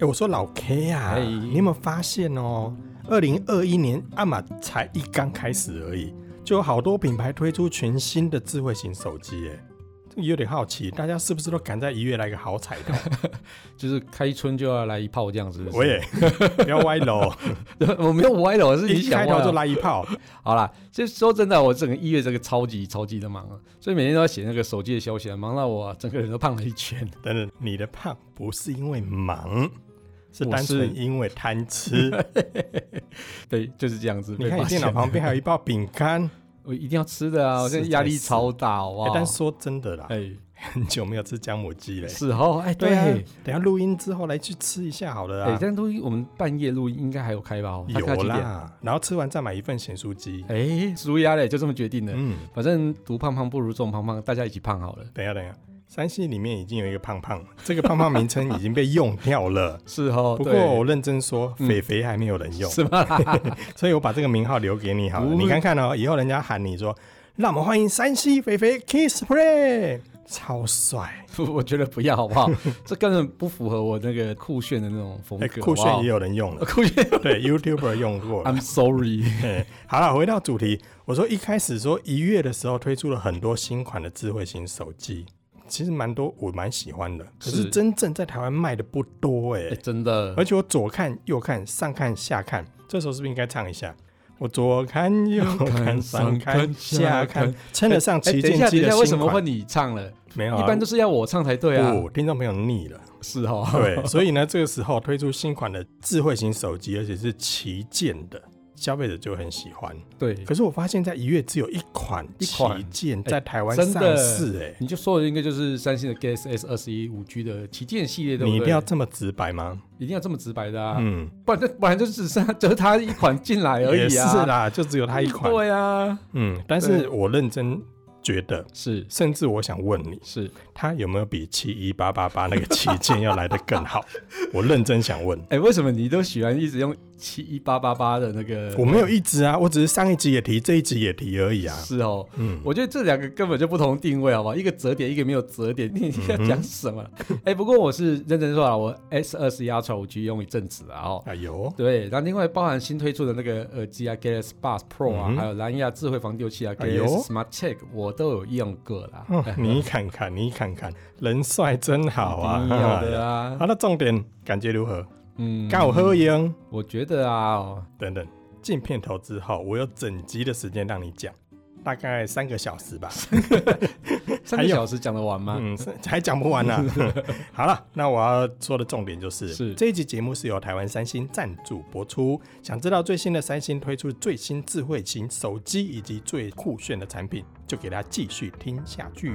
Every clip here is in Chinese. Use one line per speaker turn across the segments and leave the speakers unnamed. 哎、我说老 K 啊，
哎
你有没有发现哦？二零二一年阿玛才一刚开始而已，就有好多品牌推出全新的智慧型手机，哎，这个有点好奇，大家是不是都赶在一月来个好彩头？
就是开春就要来一炮这样子。是不是
我 也不要歪楼，
我没有歪了，我是你
一
想
开
歪
头
了
就来一炮，
好啦，其实说真的，我整个一月这个超级超级的忙啊，所以每天都要写那个手机的消息啊，忙到我、整个人都胖了一圈。
等等，你的胖不是因为忙，是
我
单纯
是
因为贪吃。
对，就是这样子。
你看
被
你
发
电
现
脑旁边还有一包饼干、
我一定要吃的啊！我现在
是
压力
才是
超大，好不
哎
好？
但说真的啦，
哎，
很久没有吃姜母鸡嘞。
是哦，哎，
对啊
对，，
等下录音之后来去吃一下好了
哎
啊，。
但都我们半夜录音应该还有开吧？哦大概
有
几点，
啦，然后吃完再买一份咸酥鸡。
哎，舒压嘞，就这么决定的。
嗯，
反正独胖胖不如众胖胖，大家一起胖好了。。
等一下等一下，山西里面已经有一个胖胖，这个胖胖名称已经被用掉了
是哦，
不
对嗯
过我认真说，肥肥还没有人用，
是吗？
所以我把这个名号留给你好了。
不
你看看哦，以后人家喊你说，让我们欢迎山西肥肥 Kiss Play，超帅。
不， 我觉得不要好 不好？这根本不符合我那个酷炫的那种风
哎，
格。
酷炫也
有，
有人用了，
酷炫
对，YouTuber 用 过了。
，I'm sorry。
嘿好了，回到主题，我说一开始说一月的时候推出了很多新款的智慧型手机，其实蛮多我蛮喜欢的，可是
是
真正在台湾卖的不多哎、
哎， 真的
而，且我左看右看上看下看，这时候是不是应该唱一下？我左看右 看上看下看，称得上
哎，
旗
等
舰
一下，等
机
一
的
下，为
新
什么
款
换。你唱了？
没有、啊，
一般都是要我唱才对啊。
不，听众朋友腻 了。
是哦，
对，所以呢，这个时候推出新款的智慧型手机，而且是旗舰的，消费者就很喜欢。
对，
可是我发现，在一月只有一款
一款哎
旗舰在台湾
真
上
的
市、欸，
你就说的应该就是三星的 Galaxy S 二十一五 G 的旗舰系列，对不对？
你一定要这么直白吗？
一定要这么直白的啊，
嗯，
不然就不然就只剩下就是它一款进来而
也
已
是
啊。
啦，就只有它一款。
对啊，
嗯，但是我认真觉得，
是
甚至我想问你，
是，
它有没有比七一八八八那个旗舰要来的更 好？我认真想问。
哎、为什么你都喜欢一直用七一八八八的那个？
我没有一直啊，我只是上一集也提，这一集也提而已啊。
是哦，
嗯，
我觉得这两个根本就不同定位，好不好？一个折叠，一个没有折叠，你你要讲什 么了？哎、不过我是认真说啊，我 S 二十一 Ultra 五 G 用一阵子了哦。
哎呦，
对，然后另外包含新推出的那个耳机啊，Galaxy Buds Pro 啊，
嗯
还有蓝牙智慧防丢器啊
哎呦
，Galaxy Smart Check 我都有用过啦。哎
嗯你看看，你看看，人帅真好啊！
一定要的啊，
好，那重点感觉如何？
嗯，
够喝用。
我觉得啊、哦
等等，进片头之后，我有整集的时间让你讲，大概三个小时吧。
三
还
个
有
小时讲得完吗？
嗯，是还讲不完 呢、好了，那我要说的重点就是，
是
这一集节目是由台湾三星赞助播出。想知道最新的三星推出最新智慧型手机以及最酷炫的产品，就给大家继续听下去。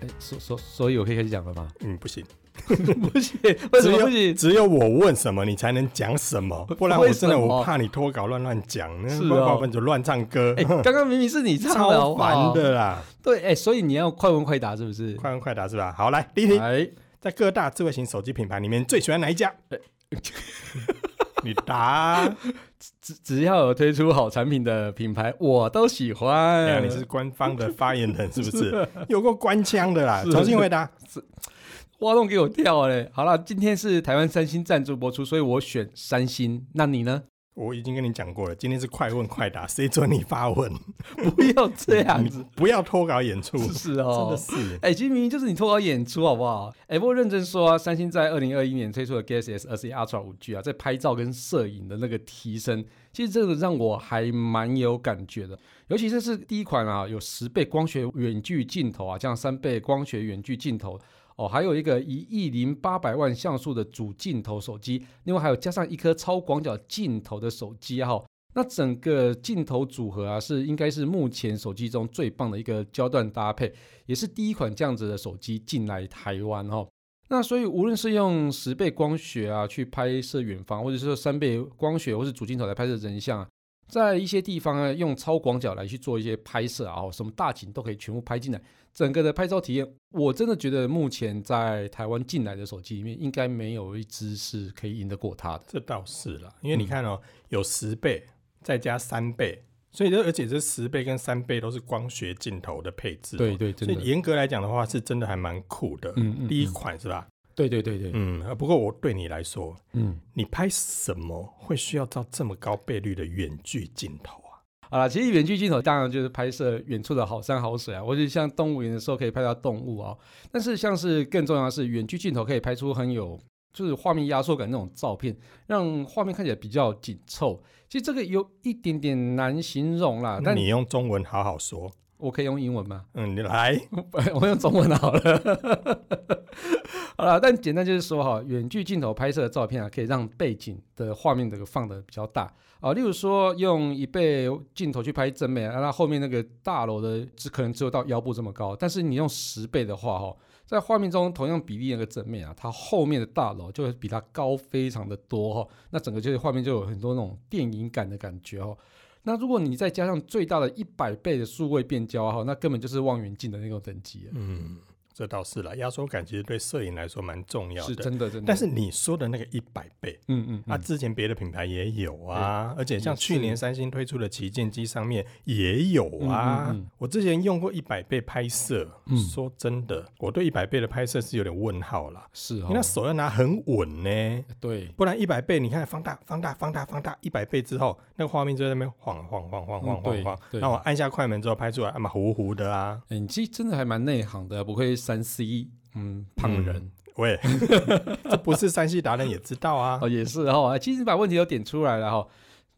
哎，所所所以我可以开始讲了吗？
嗯，不行，
不行， 为什
只
么
有
不行？
只有我问什么，你才能讲什 么，不然我
为什
真
么
的我怕你脱稿乱乱讲，那
是
不然
哦
八分就乱唱 歌，
哎，刚刚明明是你唱的，好
超
不好
烦。的啦！
对，哎，所以你要快问快答，是不是？
快问快答是吧？好，来第一题，
哎，
在各大智慧型手机品牌里面，最喜欢哪 一家？你答啊，
只只要有推出好产品的品牌，我都喜
哎呀
欢。
你是官方的发言人是 不是？有过官腔的啦，
啊是
重新回答。
挖洞给我跳嘞！好了，今天是台湾三星赞助播出，所以我选三星。那你 呢？
我已经跟你讲过了，今天是快问快答，谁准你发问？
不要这样子，
不要脱稿演出，真
是哦，
的是。
哎、其实明明就是你脱稿演出，好不好？哎、不过认真说啊，三星在二零二一年推出的 Galaxy S 二十一 Ultra 五 G 啊，在拍照跟摄影的那个提升，其实这个让我还蛮有感觉的。尤其这是第一款啊，有十倍光学远距镜头啊，这样三倍光学远距镜头。哦，还有一个一亿零八百万像素的主镜头手机，另外还有加上一颗超广角镜头的手机啊哈、那整个镜头组合啊，是应该是目前手机中最棒的一个焦段搭配。也是第一款这样子的手机进来台湾哦。那所以无论是用十倍光学啊去拍摄远方，或者是说三倍光学或是主镜头来拍摄人像啊，在一些地方啊用超广角来去做一些拍摄啊，哦什么大景都可以全部拍进来。整个的拍照体验，我真的觉得目前在台湾进来的手机里面，应该没有一支是可以赢得过它的。
这倒是啦，因为你看哦、有十倍，再加三倍，所以这而且这十倍跟三倍都是光学镜头的配置、
对，对，真
哦所以
的，
严格来讲的话，是真的还蛮酷的。
嗯嗯
第一
嗯
款是吧？
对对对对，
嗯，呃不过我对你来说，
嗯。
你拍什么会需要照这么高倍率的远距镜头啊？
好啦，其实远距镜头当然就是拍摄远处的好山好水啊，或者像动物园的时候可以拍到动物啊。但是像是更重要的是，远距镜头可以拍出很有就是画面压缩感那种照片，让画面看起来比较紧凑。其实这个有一点点难形容啦，
那
啊但
嗯你用中文好好说。
我可以用英文吗？
嗯，你来，
我用中文好了。 好了，但简单就是说哈，远距镜头拍摄的照片啊，可以让背景的画面这个放的比较大啊。例如说，用一倍镜头去拍正面，啊那后面那个大楼的只可能只有到腰部这么高，但是你用十倍的话哈，在画面中同样比例那个正面啊，它后面的大楼就会比它高非常的多哈。那整个就是画面就有很多那种电影感的感觉哦。那如果你再加上最大的一百倍的数位变焦哈，那根本就是望远镜的那种等级了。啊
嗯，这倒是了。压缩感其实对摄影来说蛮重要
是
的。
真的，真的。
但是你说的那个一百倍，
嗯，嗯嗯，
啊，之前别的品牌也有啊，而且像
也是
去年三星推出的旗舰机上面也有啊。
嗯嗯嗯
我之前用过一百倍拍摄，
嗯
说真的，我对一百倍的拍摄是有点问号啦，
是
因
哦
为，那手要拿很稳呢、
对，
不然一百倍，你看放大、放大、放大、放大，一百倍之后，那个画面就在那边晃晃晃晃晃
嗯
晃
对
晃。
对
那我按下快门之后拍出来，啊嘛糊糊的啊。
哎，你其实真的还蛮内行的，啊不愧三 C，嗯，胖人、
喂，这不是山西达人也知道啊。
哦，也是哈、哦，其实你把问题都点出来了哈、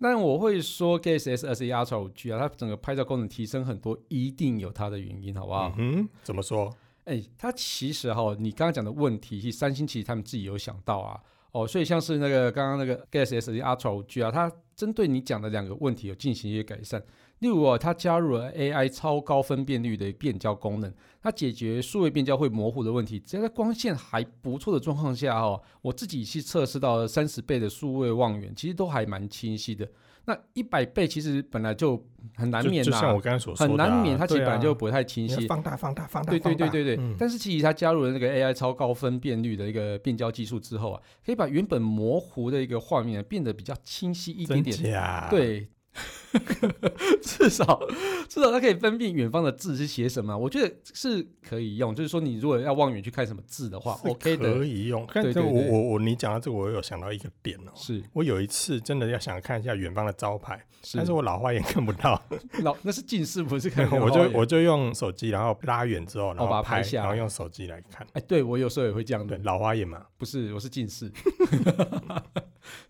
但我会说 G S S 二十一 Ultra 五 G 啊，它整个拍照功能提升很多，一定有它的原因，好不好？
嗯哼，怎么说？
哎，它其实哈、你刚刚讲的问题，其实三星其实他们自己有想到啊，哦，所以像是那个刚刚那个 Galaxy S Ultra 五 G 啊，它针对你讲的两个问题有进行一些改善，例如哦，它加入了 AI 超高分辨率的变焦功能，它解决数位变焦会模糊的问题，只要在光线还不错的状况下哦，我自己去测试到三十倍的数位望远，其实都还蛮清晰的。那一百倍其实本来就很难
就
免
就
啦、
像我刚才所说的啊、
很难免，它其实
对
本
啊
来就不太清
你
晰
要。放大放大放大，
对对
放
对
大
对对，
嗯
但是其实它加入了那个 AI 超高分辨率的一个变焦技术之后啊，可以把原本模糊的一个画面啊变得比较清晰一
真
点点。
假？，
对， 至少至少它可以分辨远方的字是写什么啊，我觉得是可以用。就是说，你如果要望远去看什么字的话
是
，OK 的，
可以用。但
对
是
对
我
对
我我，你讲到这个，我有想到一个点哦、
是
我有一次真的要想看一下远方的招牌，
是
但是我老花眼看不到，
老那是近视，不是 看
我
得
就
到
我就用手机，然后拉远之后，然
哦把
后
它拍下来
然后用手机来看。
哎，对我有时候也会这样
对
的，，
老花眼嘛，
不是，我是近视，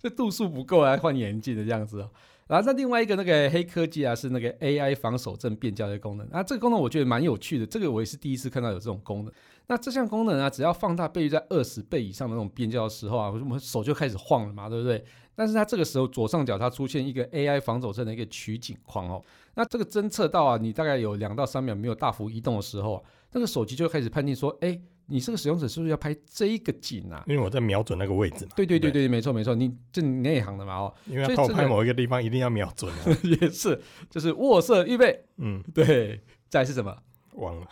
这度数不够啊来换眼镜的这样子哦。然后那另外一个那个黑科技啊，是那个 AI 防守阵变焦的功能啊，这个功能我觉得蛮有趣的，这个我也是第一次看到有这种功能。那这项功能啊，只要放大倍率在二十倍以上的那种变焦的时候啊，我们手就开始晃了嘛，对不对？但是它这个时候左上角它出现一个 AI 防守阵的一个取景框哦，那这个侦测到啊，你大概有两到三秒没有大幅移动的时候啊，那个手机就开始判定说，哎，你这个使用者是不是要拍这一个景啊？
因为我在瞄准那个位置嘛。
对对对对，没错没错，你这你内行的嘛哦，
因为要
所以
偷
这
拍
个
某一个地方，一定要瞄 准、啊。
也是，就是握色预备，
嗯，
对，再来是什么？
忘了。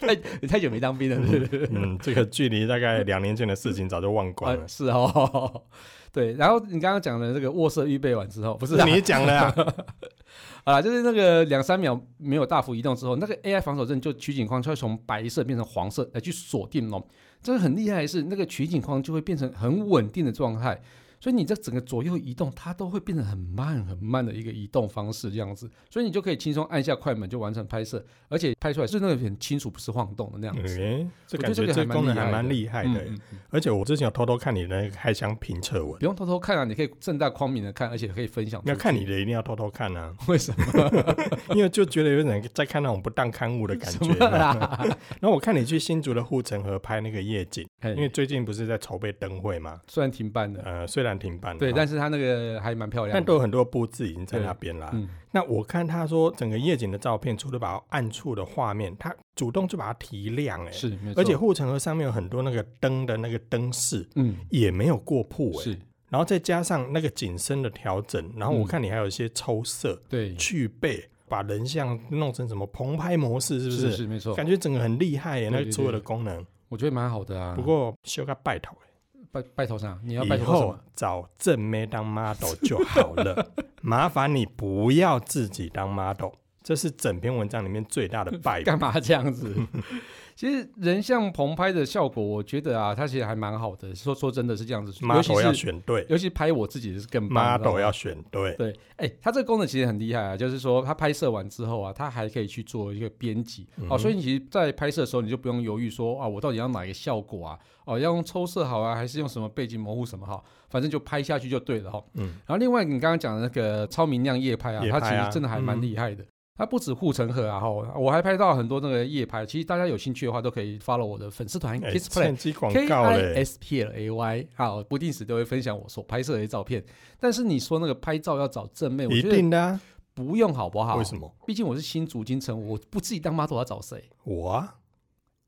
太你太久没当兵了，对不对？
嗯，这个距离大概两年前的事情，早就忘光了
啊，。是哦，对。然后你刚刚讲的这个握色预备完之后，不 是啊
你讲 的、啊，
啊，就是那个两三秒没有大幅移动之后，那个 AI 防守阵就取景框就会从白色变成黄色来去锁定哦。这个很厉害的是，那个取景框就会变成很稳定的状态，所以你这整个左右移动它都会变成很慢很慢的一个移动方式这样子，所以你就可以轻松按下快门就完成拍摄，而且拍出来是那个很清楚，不是晃动的那样子。
嗯，哎这
我
感
觉
觉
得这个
这
还蛮
功能
厉
还
害
蛮
的
厉害的、
嗯嗯嗯
而且我之前有偷偷看你的那个开箱评测文，
不用偷偷看啊，你可以正大光明的看，而且可以分享 出去。
要看你的一定要偷偷看啊，
为什么？
因为就觉得有点在 看那种不当刊物的感
什
觉。
么啦？
然后我看你去新竹的护城河拍那个夜景，
嘿
因为最近不是在筹备灯会嘛，
虽然停办了，
呃，虽然停办了，
对，
哈
但是它那个还蛮漂亮的，
但都有很多布置已经在那边啦。
嗯，
那我看他说整个夜景的照片，除了把暗处的画面，他主动就把它提亮、欸，
是，没错
而且护城河上面有很多那个灯的那个灯饰
嗯
也没有过曝、欸，
是，
然后再加上那个景深的调整，然
嗯
后我看你还有一些抽色、
对，
去背，把人像弄成什么棚拍模式，是不
是是没错，
感觉整个很厉害耶、
对
那
对
所有的
对
功能。
我觉得蛮好的啊。
不过修个拜头、
拜拜头上，你要拜
以
头上
后找正妹当 model 就好了， 麻烦你不要自己当 model，这是整篇文章里面最大的败笔。
干嘛这样子？其实人像棚拍的效果，我觉得啊，它其实还蛮好的。说说真的是这样子，尤其
model 要
是
选对
尤其拍我自己是更棒
，model
的。
要选对，
啊对，哎、它这个功能其实很厉害啊，就是说它拍摄完之后啊，它还可以去做一个编辑、
嗯
哦，所以你其实在拍摄的时候，你就不用犹豫说啊，我到底要哪一个效果啊？哦，要用抽色好啊，还是用什么背景模糊什么好？反正就拍下去就对了哈、
嗯，
然后另外你刚刚讲的那个超明亮夜拍啊，
夜
它
拍
其
啊
实真的还蛮厉害的。它不止护城河啊，吼，我还拍到很多那个夜拍。其实大家有兴趣的话，都可以 follow 我的粉丝团
哎
Kiss Play
趁机广
K
告
I
嘞，
S P L A Y 啊，我不定时都会分享我所拍摄的照片。但是你说那个拍照要找正妹，我
一
觉得
定的啊、
不用好不好？
为什？么？
毕竟我是新竹金城，我不自己当 model 我要找谁？
我啊，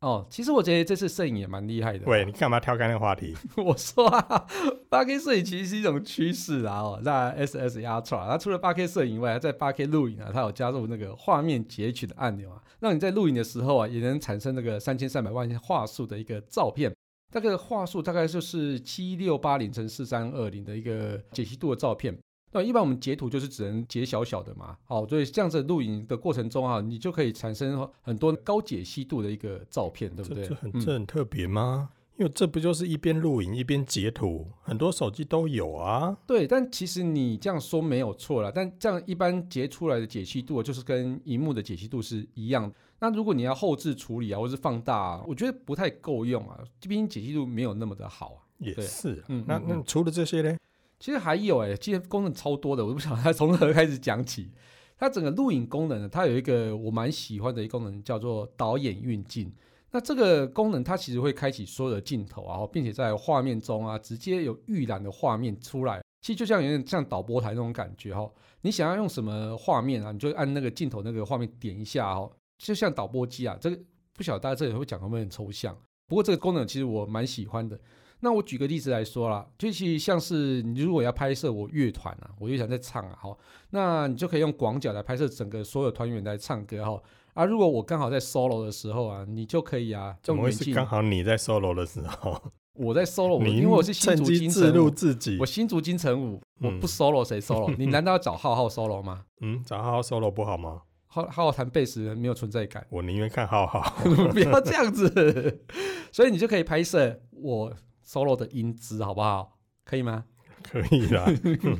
哦，其实我觉得这次摄影也蛮厉害的。
喂，你干嘛跳开那个话题？
我说啊，八 K 摄影其实是一种趋势啊。哦，那 SS Ultra 它除了八 K 摄影以外，它在八 K 录影啊，它有加入那个画面截取的按钮啊，让你在录影的时候啊，也能产生那个三千三百万画素的一个照片。大概画素大概就是七六八零乘四三二零的一个解析度的照片。那一般我们截图就是只能截小小的嘛，好，所以这样子录影的过程中啊，你就可以产生很多高解析度的一个照片，对不对？
这这很
嗯
这很特别吗？因为这不就是一边录影一边截图，很多手机都有啊。
对，但其实你这样说没有错啦，但这样一般截出来的解析度啊就是跟荧幕的解析度是一样。那如果你要后置处理啊，或是放大、啊，我觉得不太够用啊，毕竟解析度没有那么的好啊。
也
对
是啊、
嗯
那
嗯
那除了这些呢？
其实还有哎、其实功能超多的，我都不晓得它从何开始讲起。它整个录影功能呢，它有一个我蛮喜欢的一个功能，叫做导演运镜。那这个功能它其实会开启所有的镜头啊，然后并且在画面中啊，直接有预览的画面出来。其实就像有点像导播台那种感觉哈、哦，你想要用什么画面啊，你就按那个镜头那个画面点一下哦，就像导播机啊。这个不晓得大家这里会讲会不会很抽象，不过这个功能其实我蛮喜欢的。那我举个例子来说啦，就其实像是你如果要拍摄我乐团啊，我乐团在唱啊，好，那你就可以用广角来拍摄整个所有团员来唱歌哈。啊，如果我刚好在 solo 的时候啊，你就可以啊，
怎
用
么
远
会是
镜，
刚好你在 solo 的时候？
我在 solo，我
你
因为我是新
趁
竹
机
金
自
城
录
武，
自己
我。新竹金城武，我
嗯
不 solo 谁 solo？你难道要找浩浩 solo 吗？
嗯，找浩浩 solo 不好吗？
浩浩浩弹贝斯没有存在感。
我宁愿看浩浩。
不要这样子。 所以你就可以拍摄我 solo 的音质，好不好？可以吗？
可以 啦，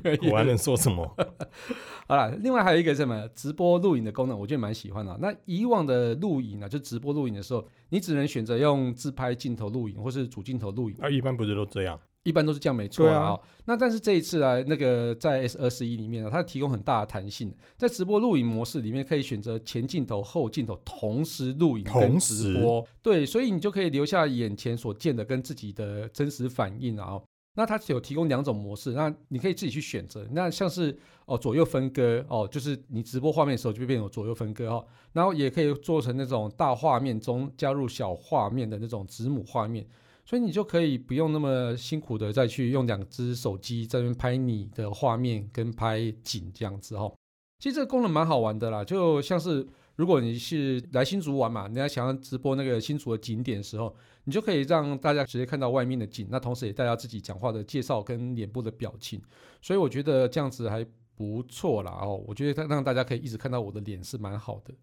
可以
我还能说什么？
好啦，另外还有一个什么直播录影的功能，我觉得蛮喜欢的。啊那以往的录影啊，就直播录影的时候，你只能选择用自拍镜头录影或是主镜头录影，
啊，一般不是都这样？
一般都是这样没错
对
啦
啊
哦。那但是这一次啊，那个在 S 二十一里面呢、啊它提供很大的弹性，在直播录影模式里面可以选择前镜头、后镜头同时录影跟
同
直
时
播，对，所以你就可以留下眼前所见的跟自己的真实反应啊、哦。那它有提供两种模式，那你可以自己去选择。那像是哦左右分割哦，就是你直播画面的时候就变成有左右分割哦，然后也可以做成那种大画面中加入小画面的那种子母画面，所以你就可以不用那么辛苦的再去用两只手机在那边拍你的画面跟拍景这样子哦。其实这个功能蛮好玩的啦，就像是如果你是来新竹玩嘛，人家想要直播那个新竹的景点的时候，你就可以让大家直接看到外面的景，那同时也大家自己讲话的介绍跟脸部的表情，所以我觉得这样子还不错啦哦。我觉得它让大家可以一直看到我的脸是蛮好的，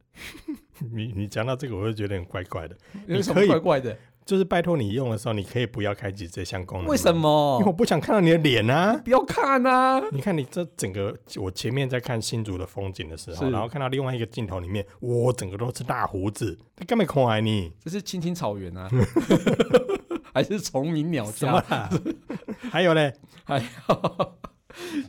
你你讲到这个，我就觉得很怪怪的。
有什
可
么
以
怪怪的？
就是拜托你用的时候，你可以不要开启这项功能。
为什？么
因为？我不想看到你的脸啊！
不要看啊！
你看，你这整个我前面在看新竹的风景的时候，
是
然后看到另外一个镜头里面，我整个都是大胡 子，你干嘛看啊你？
这是青青草原啊，还是虫鸣鸟
什么
叫？
啦？ 还有嘞，
还好，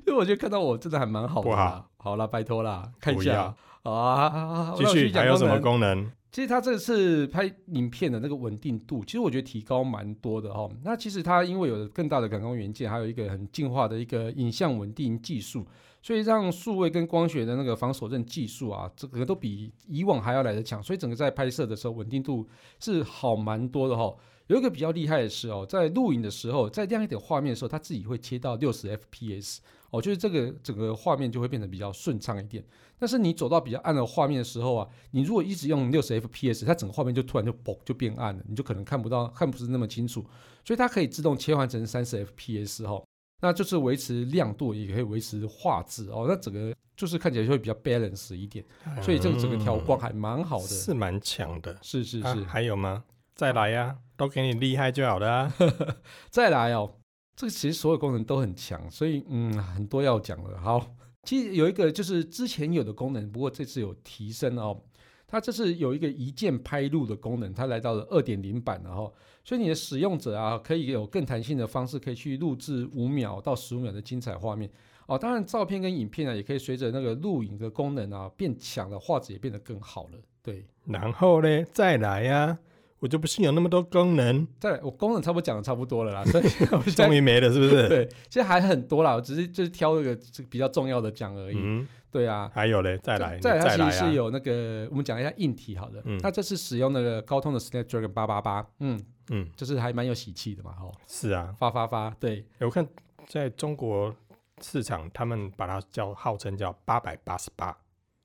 因为我觉得看到我真的还蛮好的啦。好啦，拜托啦，看一
不
下
要
好啊。好啊好啊
继
那我
续
讲
还有什
功
么
能
功能？
其实它这次拍影片的那个稳定度，其实我觉得提高蛮多的哈、那其实它因为有了更大的感光元件，还有一个很进化的一个影像稳定技术，所以让数位跟光学的那个防锁震技术啊，这个都比以往还要来得强，所以整个在拍摄的时候稳定度是好蛮多的哈、有一个比较厉害的是哦，在录影的时候，在亮一点画面的时候，它自己会切到六十 FPS 哦，就是这个整个画面就会变得比较顺畅一点。但是你走到比较暗的画面的时候啊，你如果一直用六十 FPS，它整个画面就突然就嘣就变暗了，你就可能看不到，看不是那么清楚。所以它可以自动切换成三十 FPS 哈、那就是维持亮度，也可以维持画质哦。那整个就是看起来就会比较 balance 一点，所以这个整个调光还蛮好的。
嗯是蛮强的。
是是是、
啊还有吗？再来呀、都给你厉害就好了 啊。
再来哦，这个其实所有功能都很强，所以嗯，很多要讲了。好，其实有一个就是之前有的功能，不过这次有提升哦。它这是有一个一键拍录的功能，它来到了二点零版，然后，所以你的使用者啊，可以有更弹性的方式，可以去录制五秒到十五秒的精彩画面哦。当然，照片跟影片啊，也可以随着那个录影的功能啊变强了，画质也变得更好了。对，
然后嘞，再来呀、我就不信有那么多功 能，
再来，我功能差不多讲的差不多了啦，所以我们现在
终于没了，是不 是？
对，其实还很多啦，我只是就是挑一个这个比较重要的讲而已。
嗯，
对啊，
还有嘞，再来，
再
你
来
再
它
来
其实是
啊，
有那个，我们讲一下硬体好了。
嗯
它这次使用那个高通的 Snapdragon 八八八，嗯，
嗯，
就是还蛮有喜气的嘛，哦，
是啊，
发发发，对，
欸我看在中国市场，他们把它叫号称叫八百八十八，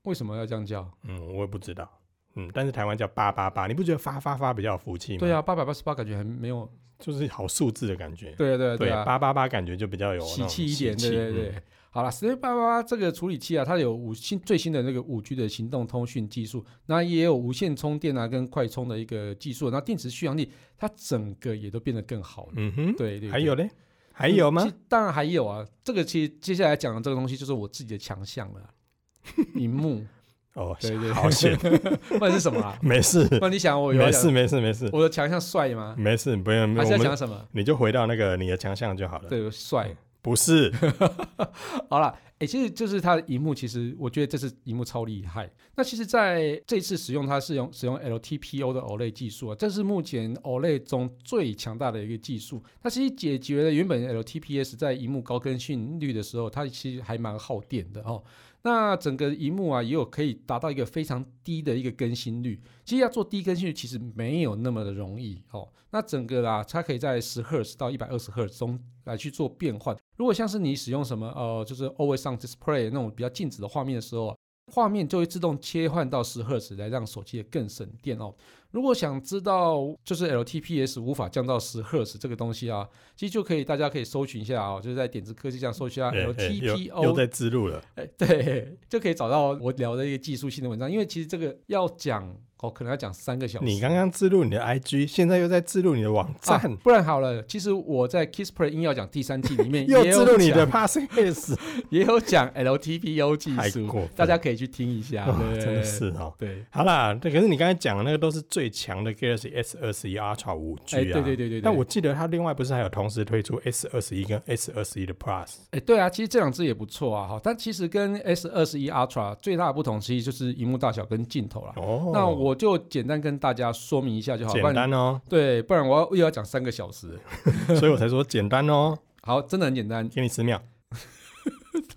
为什么要这样叫？
嗯，我也不知道，嗯，但是台湾叫八八八，你不觉得发发发比较有福气吗？
对，啊，八百八十八感觉还没有，
就是好数字的感觉。
对啊对啊
对
啊，
八八八感觉就比较有那
喜
种
气一点，
喜
对
气嗯
对对。，好了，Snap 八八这个处理器啊，它有五新最新的那个五 G 的行动通讯技术，那也有无线充电啊跟快充的一个技术，那电池续航力它整个也都变得更好了。
嗯嗯
对对
哼，
对，嗯
还有嘞，还有吗
其？当然还有啊，这个其实接下来讲的这个东西就是我自己的强项 了，荧幕，
哦，
对对，
好险，
不然是什么啊？
没事，
不然你想 我有要
没
讲
事，没事，没事，
我的强项帅吗？
没事，不用，
还
我
是
嗯
要
们
讲什么？
你就回到那个你的强项就好了。
对，帅。
不 是，
好了，哎、其实就是它的荧幕，其实我觉得这次荧幕超厉害。那其实在这次使用它是用使用 LTPO 的 OLED 技术啊，这是目前 OLED 中最强大的一个技术。它其实解决了原本 LTPS 在荧幕高更新率的时候，它其实还蛮耗电的哦。那整个荧幕啊，也有可以达到一个非常低的一个更新率。其实要做低更新率，其实没有那么的容易哦。那整个啦，它可以在十赫兹到一百二十赫兹中来去做变换。如果像是你使用什么呃，就是 always on display 那种比较静止的画面的时候啊，画面就会自动切换到十赫兹来让手机更省电哦。如果想知道就是 LTPS 无法降到十赫兹这个东西啊，其实就可以大家可以搜寻一下啊、就是在点子科技上搜寻一下
哎哎又
LTPO
又在自录了。
哎，对，就可以找到我聊的一个技术性的文章，因为其实这个要讲哦，可能要讲三个小时。
你刚刚自录你的 IG，现在又在自录你的网
啊
站，
不然好了，其实我在 Kissplay 硬要讲第三季里面
又
也
自
有
录你的
讲，
Podcast，
也有讲 LTPO 技
太
术，
过分
大家可以去听一下。
哦
啊对
真的是哦。
对，
好啦，对，可是你刚才讲的那个都是最强的 Galaxy S 二十一 Ultra 五 G 啊、
哎，对对对对对。
但我记得它另外不是还有同时推出 S 二十一跟 S 二十一的 Plus，
哎，对啊，其实这两只也不错啊，哈。但其实跟 S 二十一 Ultra 最大的不同，其实就是荧幕大小跟镜头啦。
哦，
那我就简单跟大家说明一下就好，不
简
然
单哦，
对，不然我要又要讲三个小时。
所以我才说简单哦，
好，真的很简单，
给你十秒，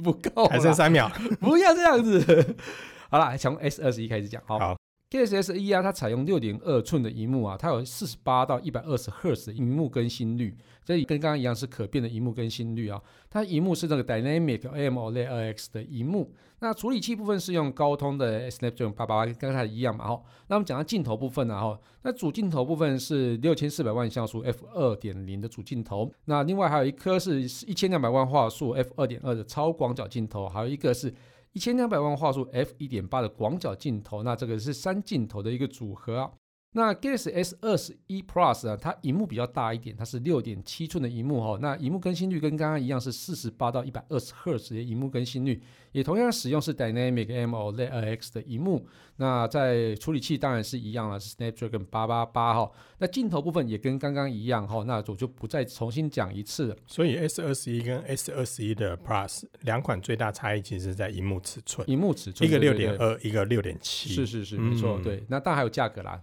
不哦够啦，
还剩三秒，
不要这样子。 好啦，从 S 二十一开始讲。好
好
g s S 一啊，它采用六点二寸的荧幕啊，它有四十八到一百二十赫兹的荧幕更新率，所以跟刚刚一样是可变的荧幕更新率啊。它荧幕是那个 Dynamic AMOLED 2X 的荧幕，那处理器部分是用高通的 Snapdragon 八八八，跟刚才一样嘛。哈，那我们讲到镜头部分啊，哈，那主镜头部分是六千四百万像素 f 二点零的主镜头，那另外还有一颗是一千两百万画素 f 二点二的超广角镜头，还有一个是一千两百万画素 f 一点八的广角镜头，那这个是三镜头的一个组合啊。那 Galaxy S 二十一 Plus 啊，它荧幕比较大一点，它是六点七寸的荧幕哦。那荧幕更新率跟刚刚一样是四十八到一百二十赫兹的荧幕更新率，也同样使用是 Dynamic AMOLED 2X 的荧幕。那在处理器当然是一样了，是 Snapdragon 八八八哈。那镜头部分也跟刚刚一样哈、哦，那我就不再重新讲一次了。
所以 S 二十一跟 S 二十一的 Plus 两款最大差异其实在荧幕尺寸，
荧幕尺寸
一个
对
六
对
点
对
二，一个六点七，
是是是，没错，
嗯
对。那当然还有价格啦，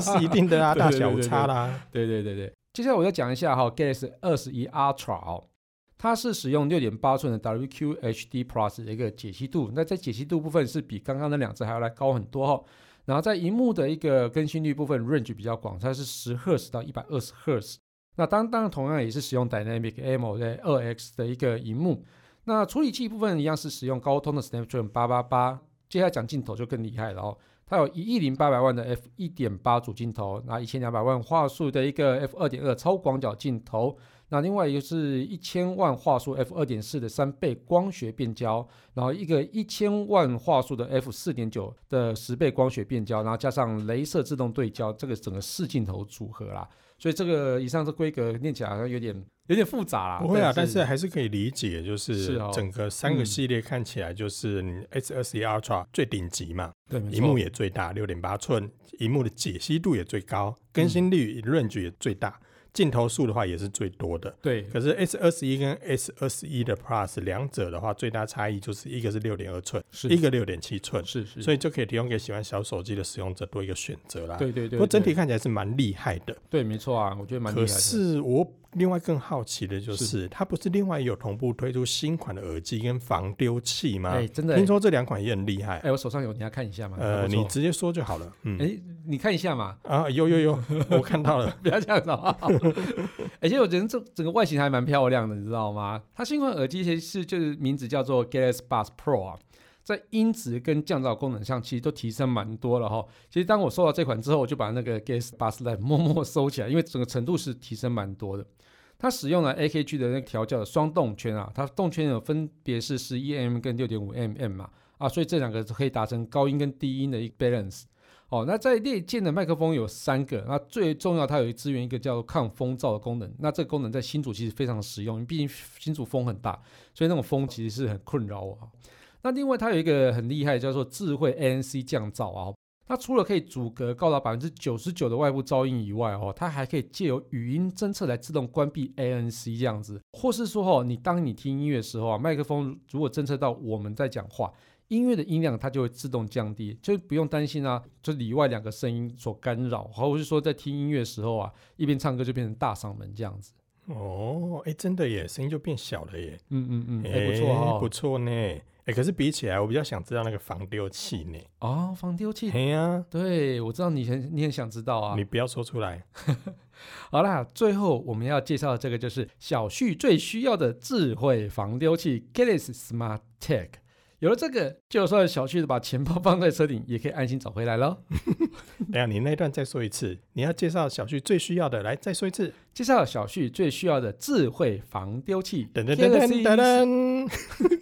是一定的啦，
对
大
对
小
对
无
对
差啦。
对对对对，接下来我要讲一下哈、Galaxy 二十一 Ultra 哦，它是使用六点八寸的 WQHD Plus 的一个解析度，那在解析度部分是比刚刚那两只还要来高很多哈、哦。然后在荧幕的一个更新率部分，range 比较广，它是十赫兹到一百二十赫兹。那当当然同样也是使用 Dynamic AMO 的二 X 的一个荧幕。那处理器部分一样是使用高通的 Snapdragon 八八八。接下来讲镜头就更厉害了哦，它有一亿零八百万的 f 一点八主镜头，那一千两百万画素的一个 f 二点二超广角镜头，那另外一个是一千万画素 f 二点四的三倍光学变焦，然后一个一千万画素的 f 四点九的十倍光学变焦，然后加上镭射自动对焦，这个整个四镜头组合啦。所以这个以上的规格念起来好像有点有点复杂啦，
不会啊，但是还是可以理解，就是是
哦
整个三个
嗯
系列看起来就是你 S 二十一 Ultra 最顶级嘛，
对，没
荧
错
幕也最大，六点八寸，荧幕的解析度也最高，
嗯
更新率 range 也最大，镜头数的话也是最多的。
对，
可是 S 二十一跟 S 二十一的 Plus 两者的话，最大差异就是一个是六点二寸，
是
一个六点七寸，
是是，
所
以
以就可以提供给喜欢小手机的使用者多一个选择啦。
对对
不
对，
过整体
对
看起来是蛮厉害的。
对没错啊，我觉得蛮厉害
可
的。
是我另外更好奇的就是，
是
它不是另外有同步推出新款的耳机跟防丢器吗？
哎、真的、
听说这两款也很厉害
哎、。我手上有，你要看一下吗？还
呃，
不错
你直接说就好了。嗯，
哎、你看一下嘛，
啊，有有 有，我看到了。
不要这样子好不好？而且我觉得这整个外形还蛮漂亮的，你知道吗？它新款耳机其实是就是名字叫做 Galaxy Buds Pro 啊，在音质跟降噪功能上其实都提升蛮多了哈。其实当我收到这款之后，我就把那个 Galaxy Buds Live 默默收起来，因为整个程度是提升蛮多的。它使用了 AKG 的那个调教的双动圈啊，它动圈有分别是十一 mm 跟六点五 mm 嘛，啊，所以这两个可以达成高音跟低音的一个 balance。哦，那在内建的麦克风有三个，那最重要它有支援一个叫抗风噪的功能。那这个功能在新竹其实非常实用，因为毕竟新竹风很大，所以那种风其实是很困扰我啊。那另外它有一个很厉害的叫做智慧 ANC 降噪啊。它除了可以阻隔高达百分之九十九的外部噪音以外，哦，它还可以借由语音侦测来自动关闭 ANC 这样子，或是说，哦，你当你听音乐的时候啊，麦克风如果侦测到我们在讲话，音乐的音量它就会自动降低，就不用担心啊，就里外两个声音所干扰，或是说在听音乐的时候啊，一边唱歌就变成大嗓门这样子。
哦，哎、真的耶，声音就变小了耶。
嗯嗯嗯，
哎、
哎、不错哦，
不错呢。哎、可是比起来，我比较想知道那个防丢器呢。
哦，防丢器，
哎呀、
对我知道你很你很想知道啊
你。不要说出来。
好啦，最后我们要介绍的这个就是小旭最需要的智慧防丢器 Galaxy Smart Tag。有了这个，就算小旭把钱包放在车顶，也可以安心找回来喽。
哎呀，你那一段再说一次。你要介绍小旭最需要的，来再说一次。
介绍小旭最需要的智慧防丢器
噔噔噔噔
Galaxy
噔噔，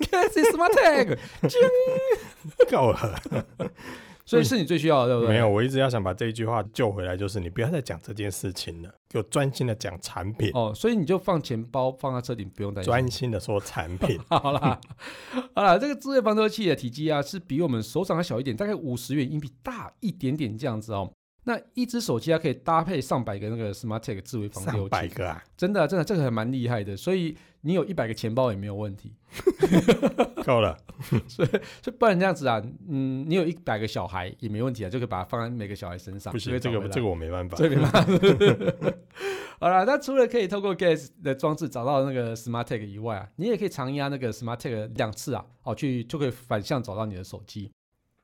Galaxy Smart Tag，
够了。
所以是你最需要的，对不对？
没有，我一直要想把这一句话救回来，就是你不要再讲这件事情了，给我专心的讲产品，
哦，所以你就放钱包放在车顶，不用担心。
专心的说产品。
好啦，好啦，这个智慧防偷器的体积啊，是比我们手掌还小一点，大概五十元硬币大一点点这样子哦。那一只手机它可以搭配上百个那个 Smart Tag 智慧防
上
丢
百
器，
个啊，
真的啊、真的这个还蛮厉害的，所以你有一百个钱包也没有问题。
够 了。
所以不然这样子啊，嗯，你有一百个小孩也没问题啊，就可以把它放在每个小孩身上。
不行，这个这
个
个我没办法。
这个嘛。好啦，那除了可以透过 Gas 的装置找到那个 Smart Tag 以外啊，你也可以常压那个 Smart Tag 两次啊，哦，去就可以反向找到你的手机。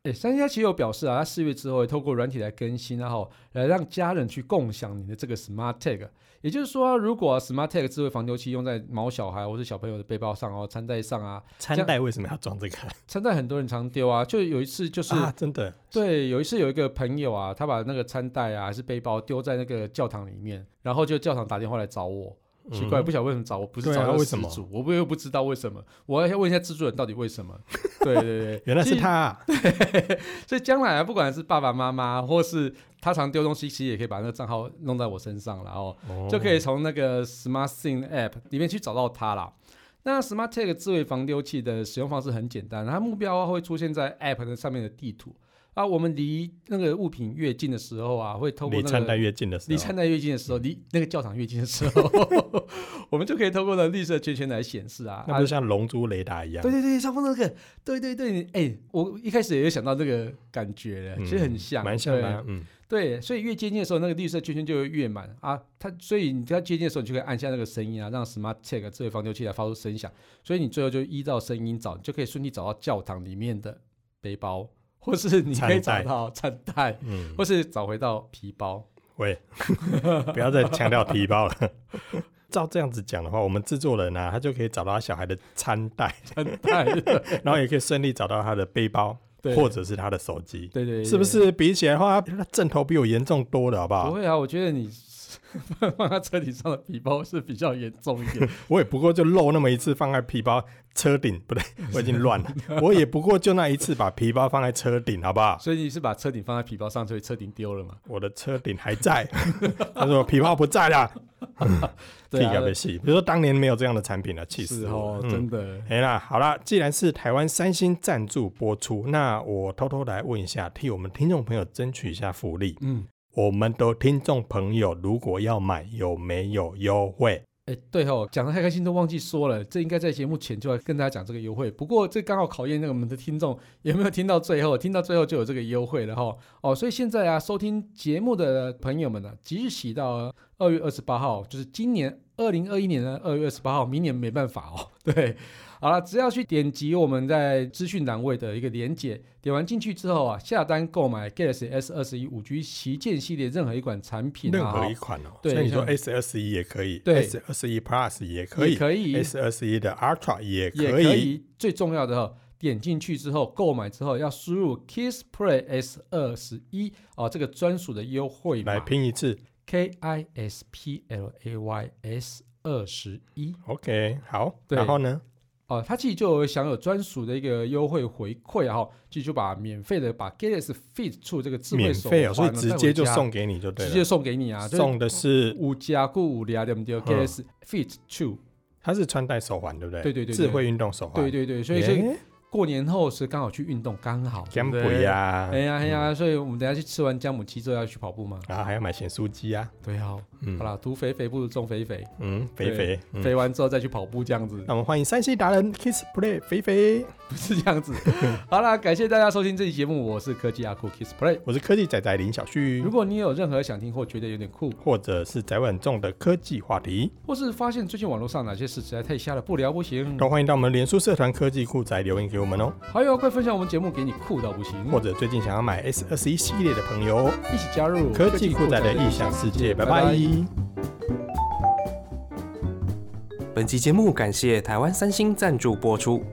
诶，三家其实有表示啊，它四月之后会透过软体来更新，然后来让家人去共享你的这个 Smart Tag。也就是说啊、如果、Smart Tag 智慧防丢器用在毛小孩或是小朋友的背包上哦、餐袋上啊，
餐袋为什么要装这个
餐袋很多人常丢啊。就有一次就是、
啊？真的，
对，有一次有一个朋友啊，他把那个餐袋啊还是背包丢在那个教堂里面，然后就教堂打电话来找我，奇怪，不晓得为什么找我不
嗯
是
对啊
找到
为
始
什么
祖，我不又不知道为什么，我要问一下制作人到底为 什么？对对对，
原来
其
是
实
他啊、
所以将来啊，不管是爸爸妈妈，或是他常丢东西，其实也可以把那个账号弄在我身上，然后就可以从那个 Smart Thing App 里面去找到它啦。那 Smart Tag 智慧防丢器的使用方式很简单，它目标啊会出现在 App 的上面的地图啊。我们离那个物品越近的时候啊，会透过
离
那
灿
个
代越近的时
离
候，
参代越近的时候，离那个教堂越近的时候， 我们就可以透过那绿色圈圈来显示啊。
那不是像龙珠雷达一样？
对对对，上方那个，对对对，哎、我一开始也有想到那个感觉了，
嗯
其实很像，
蛮像的啊
对。
嗯，
对，所以越接近的时候，那个绿色圈圈就会越满啊。它所以你要接近的时候，你就可以按下那个声音啊，让 Smart Check 智慧防丢器来发出声响。所以你最后就依照声音找，你就可以顺利找到教堂里面的背包，或是你可以
餐
找
袋
到餐 袋，
嗯，
或是找回到皮包。
喂， 不要再强调提包了。 照这样子讲的话，我们制作人啊，他就可以找到他小孩的餐 袋，
很大的，
然后也可以顺利找到他的背包，
对
或者是他的手机，
对对对，
是不？是？比起来的话，他正头比我严重多了，好不
不
好？
会啊，我觉得你 放在车顶上的皮包是比较严重一点。
我也不过就漏那么一次，放在皮包车顶， 不对，我已经乱 了。我也不过就那一次把皮包放在车顶，好不好？
所以你是把车顶放在皮包上，所以车顶丢了嘛？
我的车顶还在， 他说皮包不在了，
对啊
屁要被戏。比如说当年没有这样的产品了，啊气
是
死我
哦
了。，嗯
真的。
哎啦，好啦，既然是台湾三星赞助播出，那我偷偷来问一下，替我们听众朋友争取一下福利。
嗯，
我们的听众朋友如果要买，有没有优惠？
哎，对哦，讲的太开心都忘记说了，这应该在节目前就要跟大家讲这个优惠。不过这刚好考验那个我们的听众有没有听到最后，听到最后就有这个优惠了哈。哦，所以现在啊，收听节目的朋友们呢、啊即日起到二月二十八号，就是今年二零二一年的二月二十八号，明年没办法哦。 对，好了，只要去点击我们在资讯栏位的一个连接，点完进去之后啊，下单购买 Galaxy S 二十一五 G 旗舰系列任何一款产品、啊，
任何一款哦、
对
所以你说
像
S 二十一也可以
对
，S 二十一 Plus 也
可
可以哎
可以，
，S 二十一的 Ultra 也
也
可以。
以。最重要的哦，点进去之后购买之后要输入 Kiss Play S 二十一哦，这个专属的优惠
来
码
拼一次
K I S P L A Y S 二十一
，OK，好。
对
然后呢？
哦，它其实就有享有专属的一个优惠回馈啊哈、哦，其实就把免费的把 Galaxy Fit 出这个智慧
免
手
费
环
哦，
呢、
所以直接就
带回家，
送给你就对
直
了。
接送给你啊，就是
送的是
五加固五加对不对
嗯
？Galaxy Fit Two，
它是穿戴手环，对不对？
对对对对
智慧运动手环。
对
对，
对对，所以是过年后是刚好去运动，刚好，对
姜啊
不
补
对
呀，
哎呀哎呀，所以我们等一下去吃完姜母鸡之后要去跑步吗？
然后还要买咸酥鸡啊，
对啊，
嗯
好啦，土肥肥不如重肥肥，
嗯，肥肥，嗯
肥完之后再去跑步这样 子，
那我们欢迎山西达人 Kiss Play 肥肥，
不是这样子。好啦，感谢大家收听这期节目，我是科技阿酷 Kiss Play。
我是科技仔仔林小旭
如，果你有任何想听或觉得有点酷，
或者是宅稳重的科技话题，
或是发现最近网络上哪些事实在太瞎了，不聊不行，
都欢迎到我们脸书社团科技酷宅留言给我们哦。
还有快分享我们节目给你酷到不行，
或者最近想要买 S 二十一系列的朋友，哦
一起加入
科技酷宅的异想世界，嗯拜拜。
本期节目感谢台湾三星赞助播出。